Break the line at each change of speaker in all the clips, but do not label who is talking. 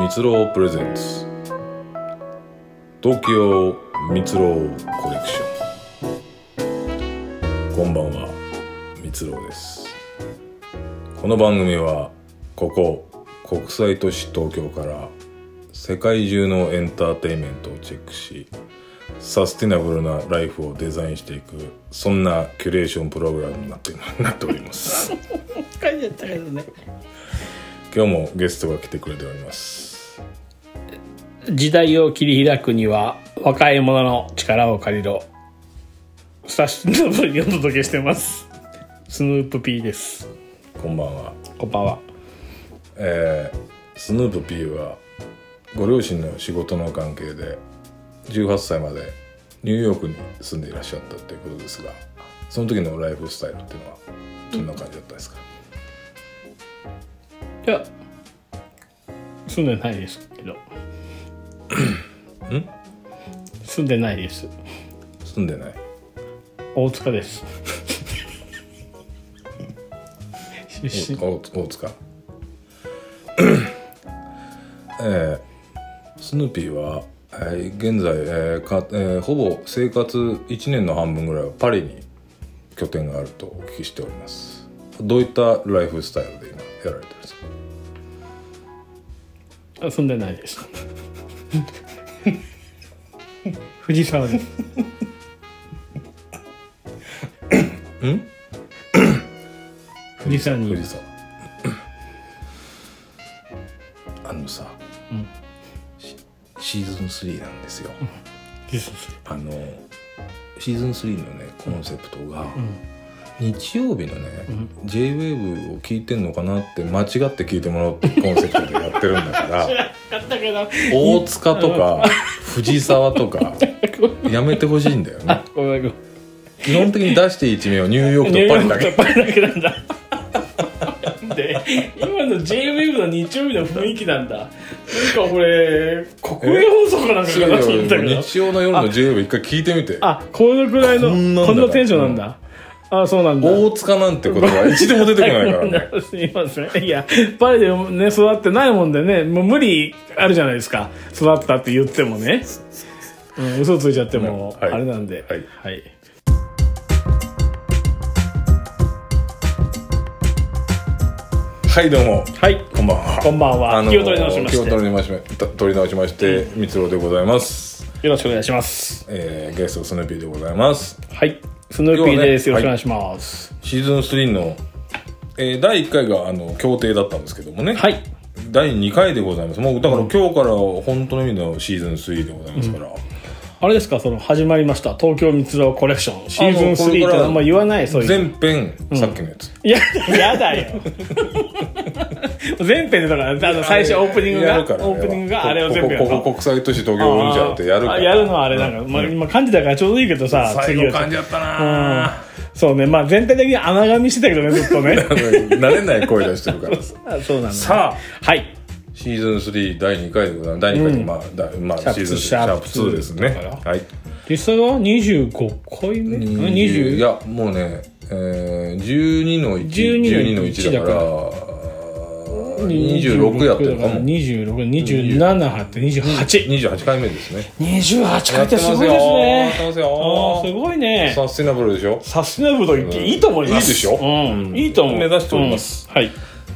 蜜ろプレゼンツ東京蜜ろコレクションこんばんは蜜ろですこの番組はここ国際都市東京から世界中のエンターテインメントをチェックしサスティナブルなライフをデザインしていくそんなキュレーションプログラムになって なっております
書いちゃったけどね
今日もゲストが来てくれております
時代を切り開くには若い者の力を借りろサスティナブルにお届けしてますスヌープ P です
こんばんは
こんばんは
えースヌープ P はご両親の仕事の関係で18歳までニューヨークに住んでいらっしゃったということですがその時のライフスタイルっていうのはどんな感じだったですか、
いや住んでないですけどん住んでないです
住んでない
大塚です出身
お大塚えースヌーピーは、えー現在、えーかえーほぼ生活1年の半分ぐらいはパリに拠点があるとお聞きしておりますどういったライフスタイルで今やられてるんですか
あ住んでないです藤沢です藤沢に
富士山あのさ、シシーズン3なんですよあのシーズン3のねコンセプトが、日曜日のね、JWAVE を聞いてんのかなって間違って聞いてもらおうってコンセプトでやってるんだ から
買ったけど
大塚とか藤沢とかやめてほしいんだよね
ごめんごめん
基本的に出していい地名はニューヨーク
ニュー
と
ヨ
パリ
ー
だけ
クとパリだけなんだ。で、今の JWAVE の日曜日の雰囲気なんだ。なんかこれ、国営放送かなんか
違
かなと思
う
ったけ
よ
ど。
日曜の夜の JWAVE 一回聞いてみて
あ、このくらい
こ
の、こ
ん
ん
な
なん
だから
テンションなんだ。あ、そうなんだ。
大塚なんて言 葉は一度も出てこないからね
すみません。いや、パリでね、育ってないもんでね、もう無理あるじゃないですか。育ったって言ってもね。うん、嘘ついちゃっても、
うんはい
あれなんで。
はい
はい
はいどうも
はい
こんばんは
こんばんは
あの
気を取り直しまし
気
て
を取り直しまた取り直しまして三郎でございます
よろしくお願いします。
えーゲストスヌーピーでございます
はい。スヌーピーです。
要
よ
は
ろ
ね
しくお願いします。
シーズン3の、えー第1回があの協定だったんですけどもね、
はい。
第2回でございますもうだから今日から本当の意味のシーズン3でございますから、
あれですか、その始まりました、東京蜜ろコレクション、シーズン
あもうこれ
3
か
っ
ら
てあんま言わない、そういうの。
前編、さっきのやつ
いや、やだ よ。全編でだから、あの最初オープニング
や
が、
るから
オープニングがあれを全部や
こ
る
こここ国際都市東京オンジャーってやるから
やるのはあれなんか、まあ、今感じたからちょうどいいけどさ、
最
次
後
は
感じやったなー。
そうね、まあ全体的に穴がみしてたけどね、ずっとね
慣れない声出してるからさ
あそうなんだ。
さあ
はい。
シーズン3第2回でございます第2回で、まあだまあ
ャー
シ
プ
ーズン3
シャープ
シャープ2ですね
だから
はい
実際は25回目
い
?20?
やもうね、えー、12の1
12の1
12だから26やってるかも
26、27張って28。
28回目ですね
28回
や
っ
ってます
て
すよ
ごいです
や
ね
っ。てます
ああ、す
よ
ごいね。
サスティナブルでしょ
サステナブルと言っていいと思います。
いいでしょ
うん。いいと思う。
目指しております
うん。はい。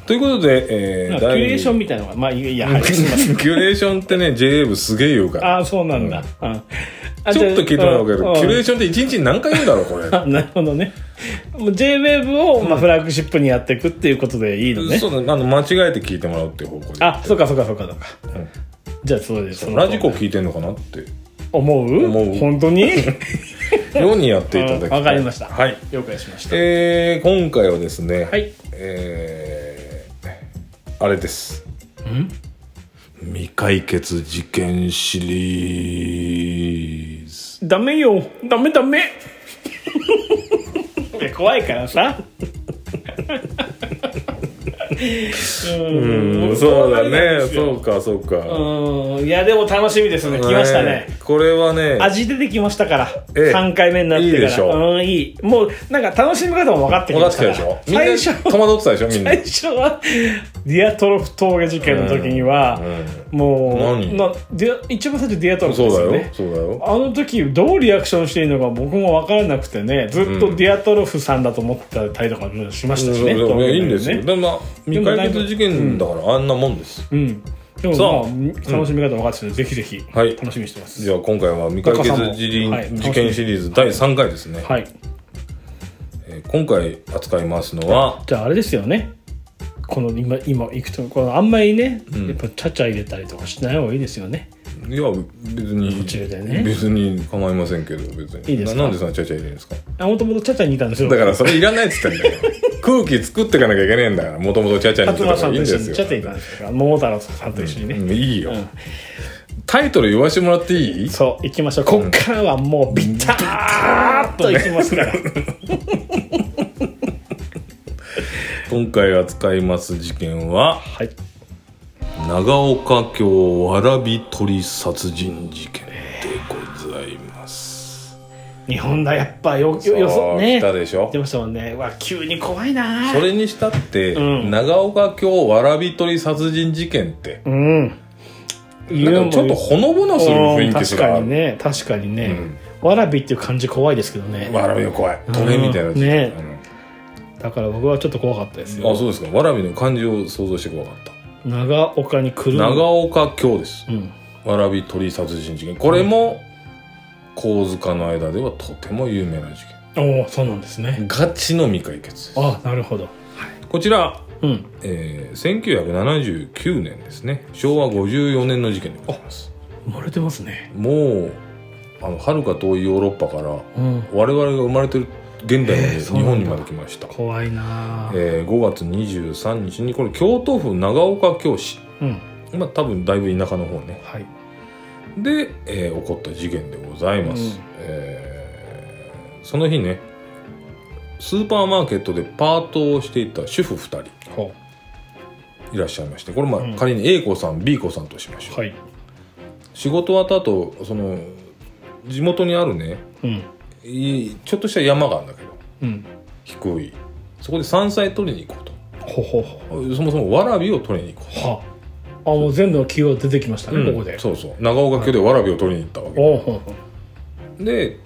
ということで、え
キ
ー、
ュレーショ
ン
ンみたいなのが、まあ、いや、は い。
キュレーションってね JA 部すげえ言うから
ああ、そうなんだ。うん。あ
ちょっと聞いてもらうけ
じゃ
ど
あ
キュレー
ん
ションって1日に何回言うんだろうこれ
あなるほどね。もう JWAVE を、まあ、フラッグシップにやっていくっていうことでいいのね。
そうだあの間違えて聞いてもらうっていう方向で
あ、そうかそうかそうかそうか。
ん
じゃあ、そうです。
ラジコ聞いてんのかなって
思う
思う
本当 に
ようにやっていただきたい
あわかりました
はい
了解しました。
えー、今回はですね、
はい。
えー、あれです未解決事件シリーズ
ダメよ。ダメダメ。いや怖いからさ。うん
そうだね
そ
そうかそうか
うんいやでも楽しみですね
ね
来ましたね
これはね
味出てきましたから、
ええ
3回目になって
い
から
いでしょ
うん、いいもうなんか楽しみ方も分かってき
分か
ま
っ
して
きた
た
で
か
し
ら
ょみんな
最初
戸惑ってたでしょみんな
最初はディアトロフ峠事件の時には、もう
何
なディア一番最初ディアト
う
ロ
ん
フで
そ
すよ
うだよそうだ
ね
よ
あの時どうリアクションしていいのか僕も分からなくてねずっ
う
と
ん
ディアトロフさんだと思ってたりとかもしましたしね、
うんそう
東京
い
で
や
ね
いいんですよでもまあ未解決事件だからあんなもんです
うんで
そ
も
う
まあ楽しみ方分かってたのでぜひぜひ
はい
楽しみにしてます
じゃあ今回は未解決事件
はい
事件シリーズ第3回ですね
はい
えー今回扱いますのは
じゃああれですよねこの今今いくとこのあんまりね、やっぱちゃちゃ入れたりとかしない方がいいですよね
いや別に
ちらでね
別に構いませんけど別に
いいですか
ななんでそんなちゃちゃ入れるんですか
あもともとちゃちゃにいたんですよ
だからそれいらないっつってん だよ空気作っていかなきゃいけねえんだからもともとちゃちゃに
勝間さん
いい
と
ん
一緒
で
に
すよ
ちゃちゃいたんですから桃太郎さんと一緒にね、
うんいいよ、
ん
タイトル言わしてもらっていい
そう行きましょうこっからはもうビターッと行きますから、
今回扱います事件は
はい
長岡京わらび鳥殺人事件でございます
日本だやっぱよよよ
そう
そね
来たでしょ
出ましたもんねうわ急に怖い な
それにしたって、
うん
長岡京わらび鳥殺人事件って
うん
なんかちょっと
っ
ほのぼのする雰囲気す
確
ら
か
ある
にね確かにね、わらびっていう感じ怖いですけどね、
わらびの怖い鳥みたいな、
うんねだから僕はちょっと怖かったです
うんあ
よ
そうですかわらびの漢字を想像して怖かった
長岡に来る
長岡京です
うん
わらび鳥殺人事件これも神塚の間ではとても有名な事
おおそうなんですね
件ガチの未解決
あなるほど
こちら、
うん
えー1979年ですね昭和54年の事件でございます
生まれてますね
もうあの遥か遠いヨーロッパから
うん
我々が生まれてる現代ま
え
で
ー
日
そうなんだ
本にまで来ました、え
怖いなあ
ー5月23日にこれ京都府長岡京市
うん
まあ多分だいぶ田舎の方ね
はい
で、えー起こった事件でございます、
うん
えーその日ねスーパーマーケットでパートをしていた主婦2人
ほ
いらっしゃいましてこれま
うん
あ仮に A 子さん、B 子さんとしましょう、
うはい
仕事終わった後その地元にあるね
うん
いいちょっとした山があるんだけど
うん
低いそこで山菜取りに行こうと
ほほほ
そもそもわらびを取りに行こう
はあもう全部のキーワード出てきましたね、
うん
ここで
そうそう長岡京でわらびを取りに行ったわけ、
おうほうほう
で、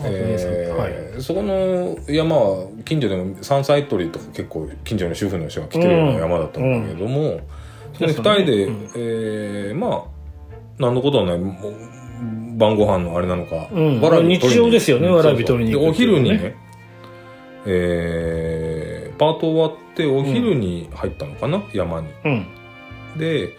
あ
えー
お姉さん
そこの山は近所でも山菜取りとか結構近所の主婦の人が来てるような山だったんだけれども、そこに2人で、
うん
えーまあ何のことはないもう晩ご飯のあれなのか、
うん
を取りに行く
日常ですよねわらび取りに行
そ
く
うそうでお昼に
っていう
ねえーパート終わってお昼に入ったのかな、山に。
うん
で、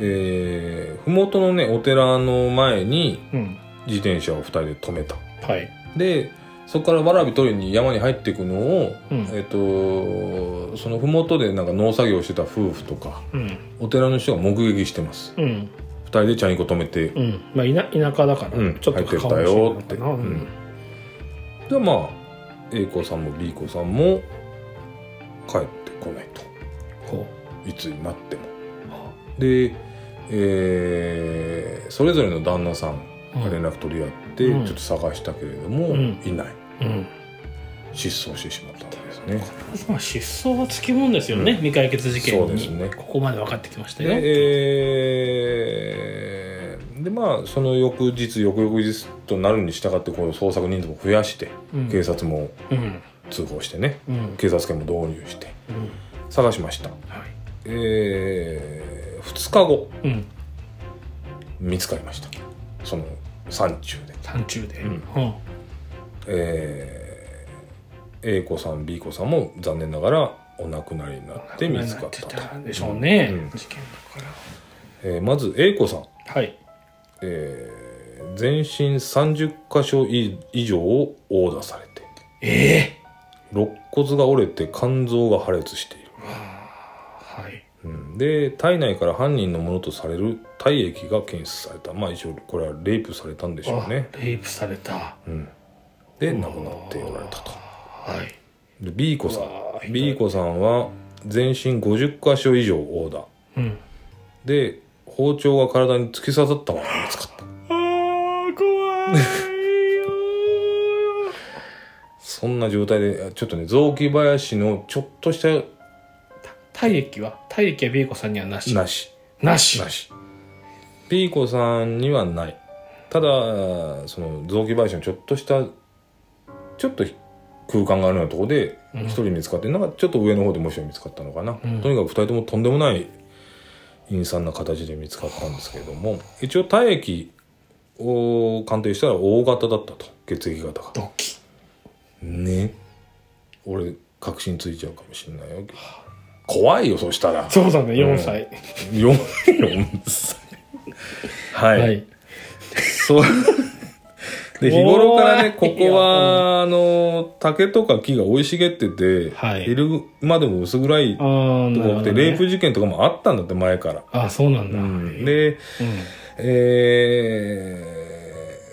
えー、麓のねお寺の前に
うん
自転車を2人で止めた
はい
でそこからわらび取りに山に入っていくのを、
うん
えっとその麓でなんか農作業してた夫婦とか
うん
お寺の人が目撃してます
うん
2人でチャリンコ止めて、
うんまあ田田舎だから、
うん
ちょっと
入って
か
ったよって
かもしれないか
でまあ A 子さんも B 子さんも帰ってこないと
なほ
いつになってもで、えーそれぞれの旦那さん
う
連絡取り合って、
うん
ちょっと探したけれども、
うん
いない
うん
失踪してしまったんですね。
まあ失踪はつきもんですよね、未解決事件に
そうですね
ここまで分かってきました
で
よ、
えーでまあその翌日翌々日となるに従ってこう捜索人数も増やして、
うん
警察も
うん
通報してね
うん
警察犬も導入して
うん
探しました、
はい
え2日後
うん
見つかりましたその山中で、
山中で、
うん
は
えー A 子さん B 子さんも残念ながらお亡くなりにな
あ
って見つかった
亡く
と
なてたんでしょうね、
うん
事件だか
えーまず A 子さん、
らはい
えー全身30箇所以以上を殴打されて
ええ
肋骨が折れて肝臓が破裂している、
はい
うん、で体内から犯人のものとされる体液が検出されたまあ一応これはレイプされたんでしょうね
あレイプされた
うん、で亡くなっておられたと
はい
で B 子さ
うわー
ん B 子さんは全身50箇所以上殴打
うん
で包丁が体に突き刺さったまま見つかった
ああ怖
そんな状態でちょっとね雑木林のちょっとした
体液は体液は美恵子さんにはなし。
なし
なし。
なしピーコさんにはないただその雑木林のちょっとしたちょっと空間があるようなところで一人見つかって、なんかちょっと上の方でもう一人見つかったのかな、とにかく二人ともとんでもない陰惨な形で見つかったんですけれども一応体液を鑑定したら O 型だったと血液型が
ドキ。
ね俺確信ついちゃうかもしれないよ怖いよそしたら
そうだね、4歳。
4 4歳はい、
はい。
そうで日頃からね
怖
こ
いよ
こはあの竹とか木が生い茂ってて、
はい
昼間でも薄暗い
あ
とこ
ー、
多
なるほ
く
ど、
て、
ね。
レイプ事件とかもあったんだって前から、
あ、そうなんだ。
で、
うん
えー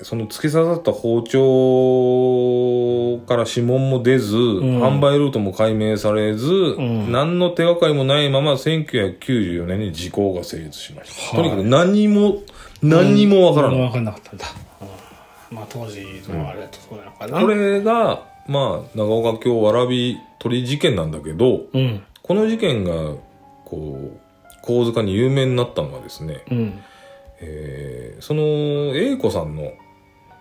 その突き刺さった包丁から指紋も出ず、
ん
販売ルートも解明されず、
ん
何の手がかりもないまま1994年に時効が成立しました、
はい
とにかく何も何にもわからない、
分かんなかったんだ。うんまあ当時のあれだとそうなのかな。
これがまあ長岡京わらび鳥事件なんだけど
うん。
この事件がこう神塚に有名になったのはですね、
うん。
えーその英子さんの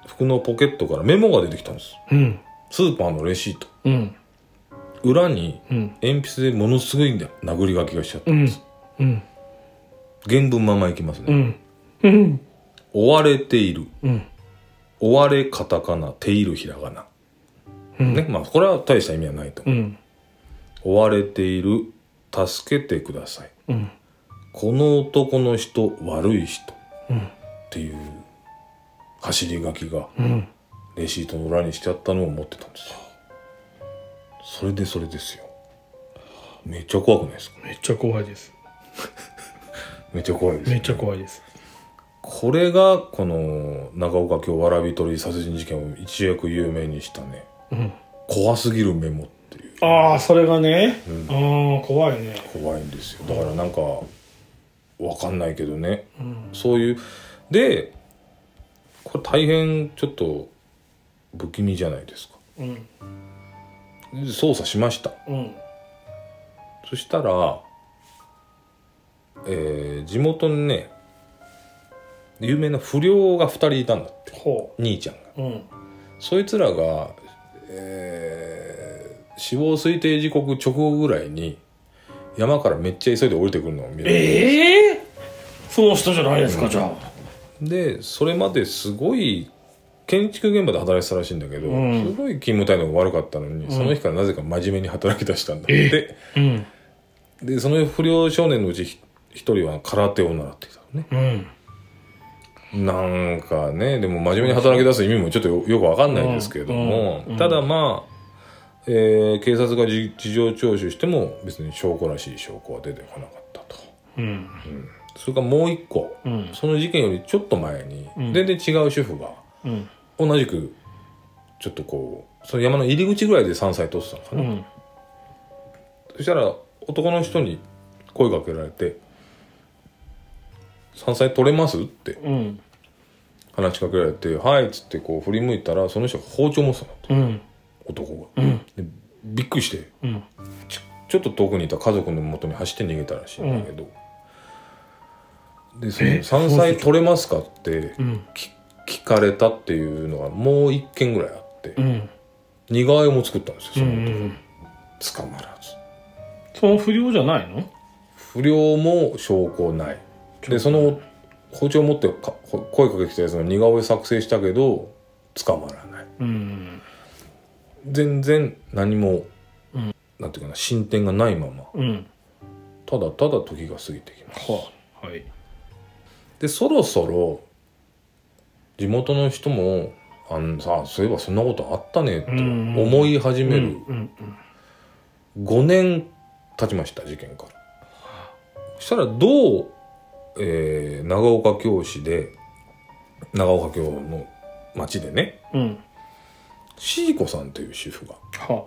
服のポケットからメモが出てきたんです
うん。
スーパーのレシート
うん。
裏に
うん。
鉛筆でものすごい殴り書きがしちゃった、
うん。うん。
原文ままいきます
う
ね、
ん。うん。
追われている
うん。
追われカタカナているひらがな、
うん
ねまあこれは大した意味はないと、
うん。
追われている助けてください
うん。
この男の人悪い人っ
うん。
ていう走り書きが
うん。
レシートの裏にしちゃったのを持ってたんですよそれでそれですよめっちゃ怖くないですか
めっちゃ怖いです。
めっちゃ怖いです
めっちゃ怖いです。
これがこの長岡京わらび鳥殺人事件を一躍有名にしたね
うん。
怖すぎるメモっていう
ああ、それがね。ああ、怖いね。
怖いんですよだからなんかわかんないけどね
うん。
そういうでこれ大変ちょっと不気味じゃないですか
うん。
捜査しました
うん。
そしたら、えー地元にね有名な不良が2人いたんだって
ほ
兄ちゃんが
う。うん。
そいつらが、えー死亡推定時刻直後ぐらいに山からめっちゃ急いで降りてくるのを見る
ええその人じゃないですか、じゃあ。
でそれまですごい建築現場で働いてたらしいんだけど、
うん
すごい勤務態度が悪かったのに、その日からなぜか真面目に働き出したんだって、
うん。
でその不良少年のうちひ一人は空手を習っていたのね
うん。
なんかね、でも真面目に働き出す意味もちょっとよよくわかんないですけれども、
うんうん
ただまあ、えー警察がじ事情聴取しても別に証拠らしい証拠は出てこなかったと。
うん。
それからもう一個、
うん。
その事件よりちょっと前に、
うん
全然違う主婦が、
うん。
同じく、ちょっとこう、その山の入り口ぐらいで山菜取ってたのか
う
な。
ん。
そしたら男の人に声かけられて、山菜取れますって
うん。
話しかけられて「はい」っつってこう振り向いたらその人が包丁持ってたの
うん。
男
う
が、
ん。
でびっくりして
うん。
ちょっと遠くにいた家族の元に走って逃げたらしいんだけど、でそ
え
の「山菜取れますか?」って
うん。
き聞かれたっていうのがもう一件ぐらいあって
うん。
似顔絵も作ったんですよ
う
その、
ん。
捕まらず
その不良じゃないの
不良も証拠ないでその包丁持ってかこ声かけてきたやつの似顔絵作成したけど捕まらない
うん。
全然何も、
うん
なんていうかな進展がないまま
うん。
ただただ時が過ぎてきます
はあ。はい。
でそろそろ地元の人もあんさそういえばそんなことあったねって
うん
思い始
うん。う
める
ん。
5年経ちました事件からそしたらどう、えー長岡京市で長岡京の町でね
うん。
シーコさんという主婦が
は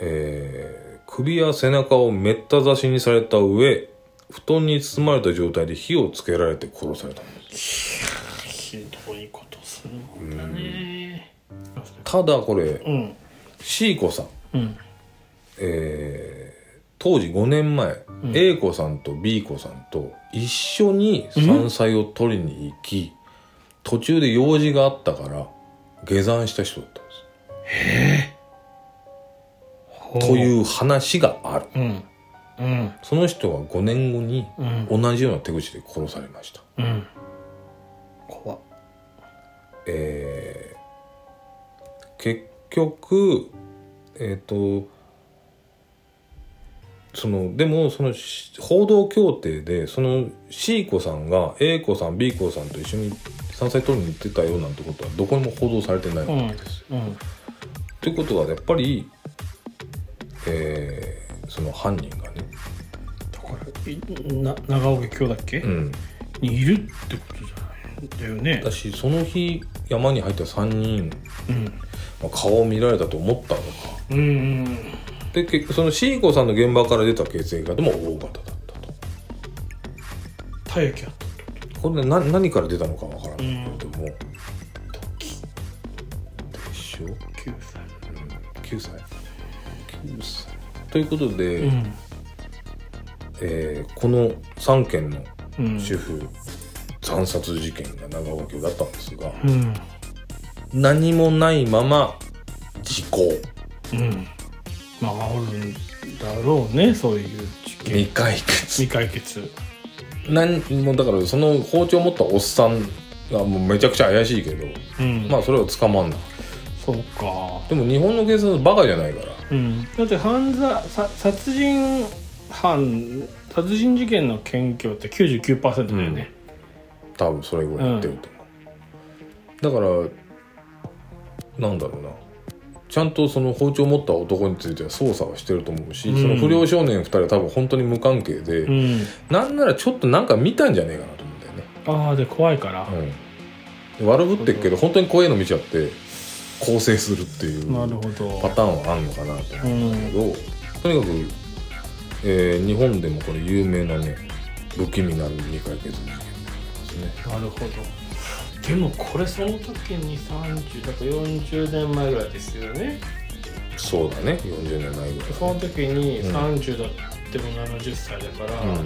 えー首や背中をめった刺しにされた上布団に包まれた状態で火をつけられて殺されたんで
あ。ひどいことする
すただこれ、
うん
シーコさん、
うん
えー当時5年前、A 子さんと B 子さんと一緒に山菜を取りに行き、途中で用事があったから下山した人だったんですと
う
いう話がある
うんうん
その人は5年後に
うん
同じような手口で殺されました、
うん怖っ
えー結局えっ、とそのでもそのし報道協定でその C 子さんが A 子さん B 子さんと一緒に山菜取りに行ってたよなんてことはどこにも報道されてない
うん
わけですよ。
うん
ということはやっぱり、えーその犯人がね、
だからいな長尾家今日だっけ、
うん、
にいるってことじゃないんだよね
だしその日山に入った3人、
うん
まあ顔を見られたと思ったのか
うんうん
で結局その C 子さんの現場から出た血液型も O 型だったと
体液あった
これねな何から出たのかわからないけれども、で
時
しょ、う
9歳
ん、9歳9歳ということで、
うん
えーこの3件の
うん
主婦惨殺事件が長岡京だったんですが、
うん
何もないまま時効
うんまあおるんだろうねそういう事件
未解決
未解決
何もだからその包丁持ったおっさんがもうめちゃくちゃ怪しいけど、
うん
まあそれを捕まんな
そうか
でも日本の警察はバカじゃないから
うんだって犯罪さ殺人犯殺人事件の検挙って99%だよね
多分それぐらいやってると思う、だからなんだろうなちゃんとその包丁を持った男については捜査はしてると思うし、
うん
その不良少年2人は多分本当に無関係で、
うん、
なんならちょっとなんか見たんじゃねえかなと思うんだよね、
ああで怖いから、
うん、で悪ぶってっけど本当に怖いの見ちゃって更生するっていう
なるほど
パターンはあんのかなと
う
思
ん
うけど、とにかく、えー日本でもこれ有名なね不気味なる未解決事件ですね
なるほどでもこれその時に30だから40年前ぐらいですよね
そうだね40年前ぐらい
その時に
うん
30だっても70歳だから、
うん、
こ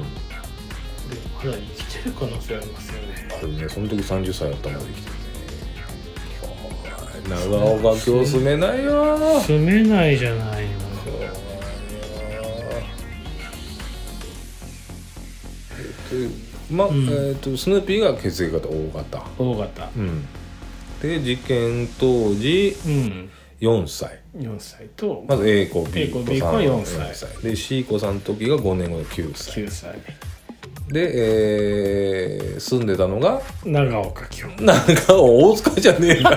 れまだ生きてる可能性ありますよね
あるねその時30歳だったまで生きてるね長岡京住めないよー
住めないじゃないの
でまあ、
うん
えー、とスヌーピーが血液型大型、
大型
うん、で事件当時
うん
4歳
4歳と
まず A 子 B
A 子
子
B 子
さんは
4歳
で C 子さんの時が5年後で9歳
9歳
で、えー住んでたのが
長岡京
なんか大塚じゃねえな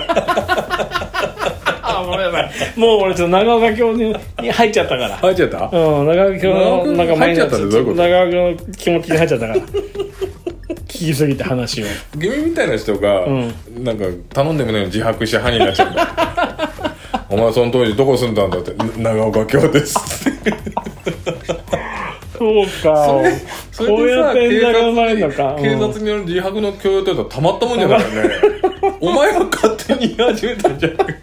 あごめんなさいもう俺ちょっと長岡京にに入っちゃったから
入っちゃった
うん、長岡京の
長岡京に
なんかマ
入
イナス
っちゃったってどういうこと
長岡京の気持ちに入っちゃったから聞きすぎて話を
君みたいな人が、
うん
なんか頼んでもないのに自白して歯になっちゃうんだ お前その当時どこ住んだんだって「ん長岡京です」って
そうか
そ
こうやって冤罪が生まれるのか
警察に警察による自白の強要というのはたまったもんじゃないよね お前が勝手に言い始めたんじゃなくて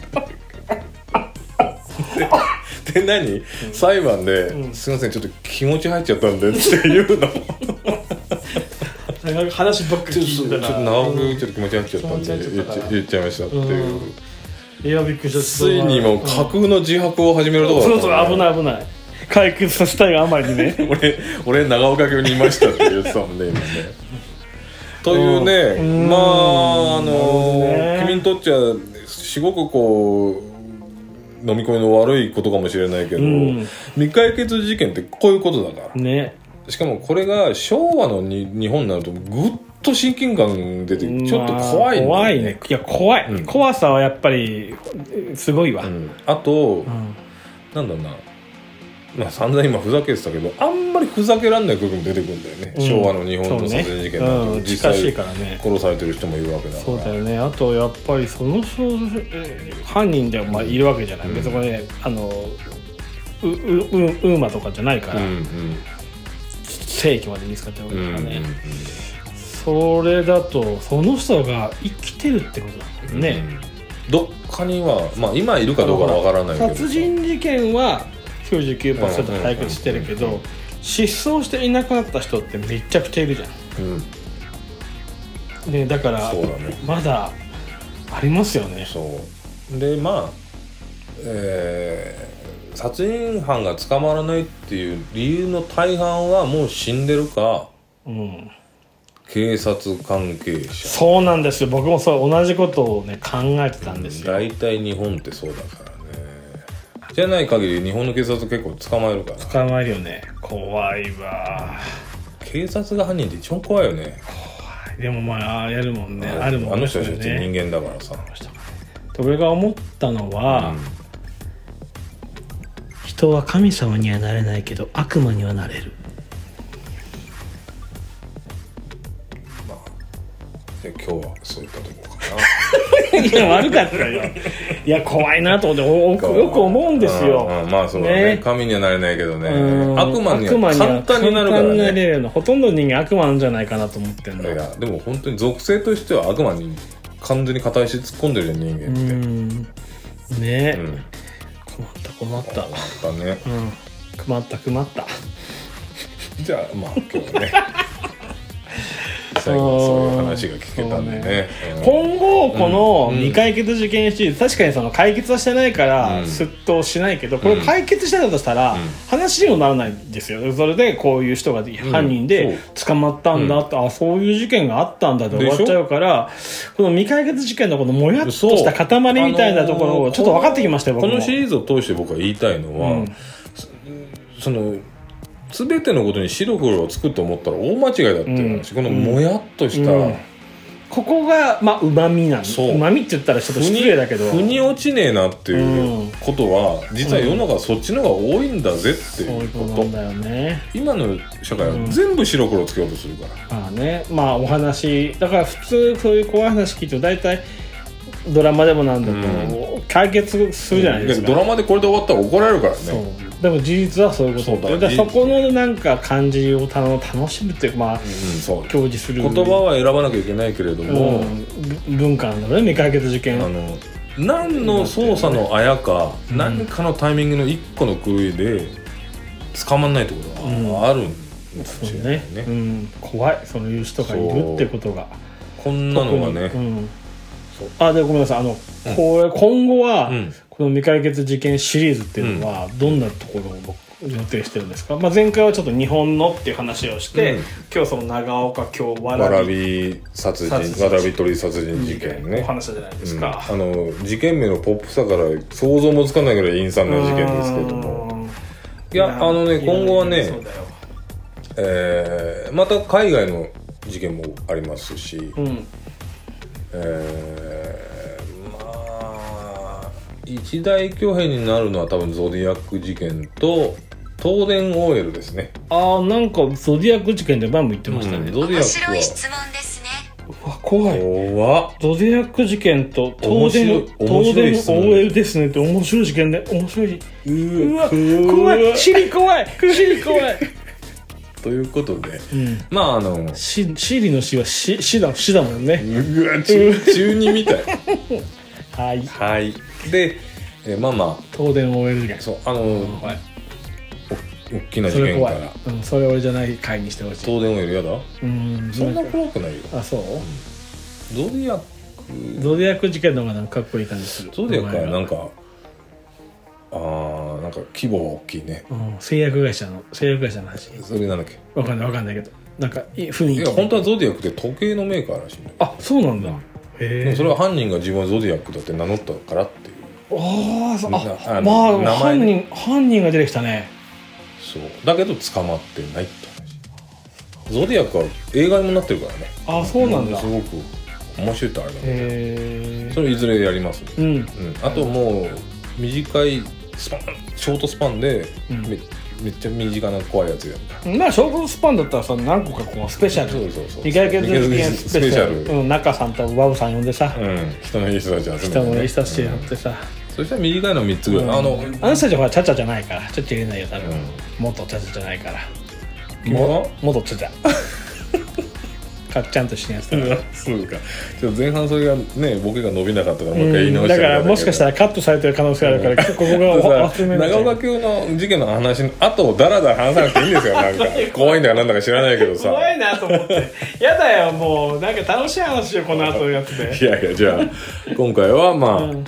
でで何、裁判で、すいませんちょっと気持ち入っちゃったんで」っていうの
うん話ばっかり
ちょっ
聞い
と
てたな
長岡ちょっと気持ち入っちゃったんで
気持ち入
言
っ
っ
ち
ちゃ言っちゃ
ゃったから
いましたっていう。
うんいやびっくりした
ついにもう架空の自白を始めるとこ
そ
ろ
うそう危
い
ない危ない解決させたいがあまり にね
俺俺長岡京にいましたって言ってたもんね今ねというね
うん
まああ
なるほ
の、
どね
君にとっちゃすごくこう飲み込みの悪いことかもしれないけど、
うん
未解決事件ってこういうことだか
ね
らしかもこれが昭和のに日本になるとぐっと親近感出てちょっと怖いんだよ
まあ怖いねいや怖い、
うん
怖さはやっぱりすごいわ、う
うんん、あと、なんだろうな、まあ、散々今ふざけてたけどあんまりふざけらんない部分出てくるんだよね、
うん
昭和の日本
そう
の
ね
殺人事件なんて、
うん、
実
近しい
際
からね
殺されてる人もいるわけだか
そう
ら
だよねあとやっぱりその少えー犯人ではまあいるわけじゃない、
うん
別にこれあのうううウーマとかじゃないから、
うんうん
正規まで見つかってるわ
う
けだ
ん
から
うん
ね、
うん
それだとその人が生きてるってことだもんね、
どっかにはまあ今いるかどうかはわからないけど
殺人事件は99%解決してるけ
うんうん
ど
うん
失踪していなくなった人ってめちゃくちゃいるじゃ
うん
ん、ね、だから
そうだね
まだありますよね
そうでまあえー殺人犯が捕まらないっていう理由の大半はもう死んでるか
うん
警察関係者
そうなんですよ僕もそう同じことをね考えてたんですよ、
大体日本ってそうだからねじゃない限り日本の警察結構捕まえるから
捕まえるよね怖いわ
警察が犯人って一番怖いよね
でもまあやるもんねあるも
あ
んね
の人たちって
それね
人間だからさ、
俺が思ったのは、人は神様にはなれないけど悪魔にはなれる
で今日はそういったところか
いや悪かったよいや怖いなと思ってお
な
よく思うんですよ、
うんうんまあそうだね
ね
神にはなれないけどね
うん
悪魔に
悪
は簡単になるか
簡単にな
らね
れるのほとんどの人間悪魔なんじゃないかなと思ってん
い
だ
やでも本当に属性としては悪魔に完全に片足突っ込んでるじゃん人
う
間って
んね、
うん、なん
困った困った
かね
うん困った困った
じゃあまあ今日 はね最後はそういう話が聞けたんでねうん
今後この
うん
未解決事件シリーズ、確かにその解決はしてないから
うん
すっとしないけど、こ
う
れ
ん
解決してたとしたら、
ん
話にもならないんですよそれでこういう人が犯人で捕まったんだと、あそういう事件があったんだって終わっちゃうからこの未解決事件のこのもやっとした塊みたいなところをちょっと分かってきましたよ
こ
僕も
のシリーズを通して僕は言いたいのは、
うん
その全てのことに白黒をつくと思ったら大間違いだっていう話、
うん
このもやっとした、
うんここがまあうまみなん
そう
うまみって言ったらちょっと
腑
失
に
礼だけど
腑に落ちねえなっていううんことは、実は世の中そっちの方が多いんだぜって
そう
い
いううこ
ことと、
なんだよね
今の社会
う
は
ん
全部白黒をつけようとするから、
まあねまあお話だから普通そういう怖い話聞いても大体ドラマでもなんでも、解決するじゃないですか、
ドラマでこれで終わったら怒られるからね
そうでも事実はそういうこと
そうだ
だからそこのなんか感じをたの楽しむっていうかまあ
うんそう
享受する
言葉は選ばなきゃいけないけれども、
うんぶ文化なんだろうね未解決事件
あの何の操作のあやか、
うん
何かのタイミングの一個の狂いで捕まんないってこと
うん
はあるんで
そ
す
う
よ
ね
ね、
うん、怖いそういう人がいるってことが
こんなのが
う
ね、
ん、そうあでごめんなさいあの、これ今後は、
うん
この未解決事件シリーズっていうのは、どんなところを僕予定してるんですか、まあ、前回はちょっと日本のっていう話をして、
うん
今日その長岡京わ
わ
ら
ら
び
び殺人
殺人
わらび取り殺人事
事件
件
のお
ね、
話じゃないで
う
す
んあ
か、
の事件名のポップさから想像もつかないぐらい陰惨な事件ですけども
うん
いやあのね
いや
今後はね
そうだよ
えーまた海外の事件もありますし、
うん
えーまあ一大巨変になるのは多分ゾディアック事件と東電 OL ですね
ああなんかゾディアック事件でバンも言ってましたね、
うん
う
ゾディア
面白い
ッ
質問ですね
わ怖い
クは怖っ
ゾディアック事件と東電
面白い
東電
面白い質問
OL ですねって面白い事件で面白いう
ー
うわ
ー
怖いシリ 怖いシリ怖い、
ということで
うん、
まああのうわ
シシリの死はシシだシだもんね
中中二みたい
はい
はいでえーまあま
東電 OL 事件
あそうあの
怖い
大きな
そ
事
れ
件か
怖い
ら、
うん、それ俺じゃない回にしてほしい
東電 OL やだ
うん
そんな
れ
怖くないよ
あそう
ゾディアック
ゾディアック事件の方がなんかかっこいい感じする
ゾディアックはなん
か、
かあーなんか規模は大きいね
うん、製薬会社の製薬会社の話
それなんだっけ
わかんないわかんないけどなんかいい雰
い
囲気
や本当はゾディアックって時計のメーカーらしいんだよ
あそうなんだ
で
へ
も
え
それは犯人が自分はゾディアックだって名乗ったからっていう
あーそう
みんな
あ
あの
まあ
名前
犯人犯人が出てきたね
そうだけど捕まってないって話ゾディアックは映画にもなってるからね
あそうなんだ
すごく面白いってあれだね
へ
それいずれやりますね
えうん
うんあともう短いスパンショートスパンで
うん
め,、めっちゃ身近な怖いやつやるから
まあショートスパンだったらさ何個かこうスペシャル
そうそうそう
未解決事件スペシャル
スペシャル
うん、中さんとバブさん呼んでさ、
うん人のいい人たち集めて、ね、
人もいい人たち
う
やっ
ん
てさ、
そしたら短いの3つぐらい、
うん
あの、
あの人たちはほらチャチャじゃないからチャチャ入れないよ多分、
うん
元チャチャじゃないから
ま
元チャチャかっちゃんとしてるやつだから
そうかちょっと前半それがねボケが伸びなかったからもう一回言い
うん
直し
だ
て
からもしかした
ら
らカットされてる可能性ある からここがお集める
長岡京の事件の話の後をダラダラ話さなくていいんですよなんか怖いんだかなんだか知らないけどさ
怖いなと思ってやだよもうなんか楽しい話よこの後のやつで
いやいやじゃあ今回はまあ、
ん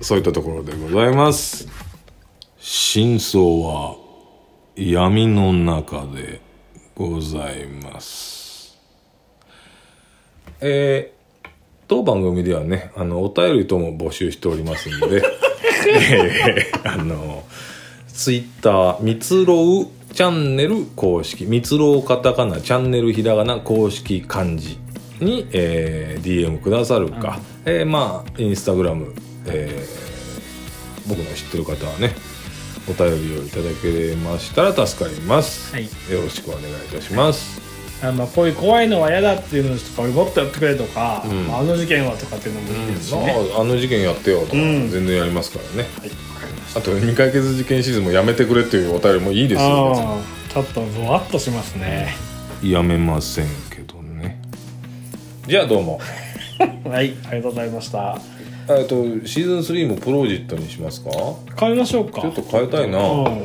そういったところでございます真相は闇の中でございますえー当番組ではねあのお便りとも募集しておりますの でえーあのツイッター、みつろうチャンネル公式、みつろうカタカナ、チャンネルひらがな公式漢字に、えー DM くださるか、えーまあ、インスタグラム、えー僕の知ってる方はね、お便りをいただけましたら助かります。
はい
よろしくお願いいたします。
あまあこういう怖いのは嫌だっていうのとかもっとやってくれとか、
うん
まああの事件はとかっていうのもいいですし
ま
ね、
あ、あの事件やってよとか、
うん
全然やりますからね。
はいわかりまし
あと、未解決事件シリーズンもやめてくれっていうお便りもいいです
た
よ、
あーちょっとゾワッとしますね、
やめませんけどね。じゃあどうも。
はいありがとうございました
えっとシーズン3もプロジェクトにしますかちょ
変えましょうか
っと変えたいな、
うん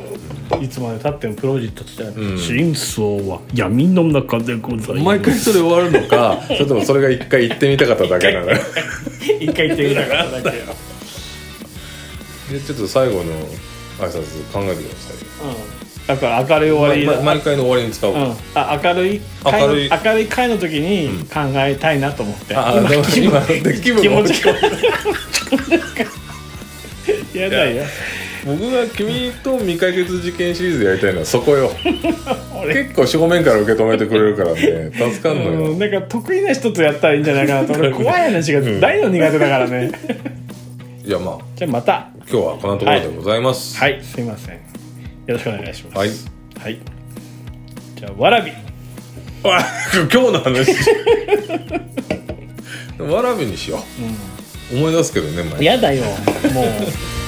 いつまでたってもプロジェクトって、
ん
真相は闇の中でございます
毎回それ終わるの かそれともそれが一回行ってみたかっただけなの で
一回言ってみ たからだ
ち
けど、
ょっと最後の挨拶考えてくださ
うん、だから明るい終わ
い
り、
よ、ま毎回の終わりに使おう、
うん、あ明るい回
明
の
るい
明るい回の時に考えたいなと思って、
ああでも今で気分
気
が
持
落
ち
ち込
が
む
やだよ
僕が君と未解決事件シリーズやりたいのはそこよ
俺、
結構正面から受け止めてくれるからね助かんのよ、
うん、なんか得意な人とやったらいいんじゃないかなと俺怖い話が大の苦手だから ね
じゃあまあ
じゃあまた
今日はこんなところでございます、
はいすいませんよろしくお願いしま
は
す
い
はい、じゃあわらび
あ今日の話 わらびにしよう、思い出すけどね毎回
やだよもう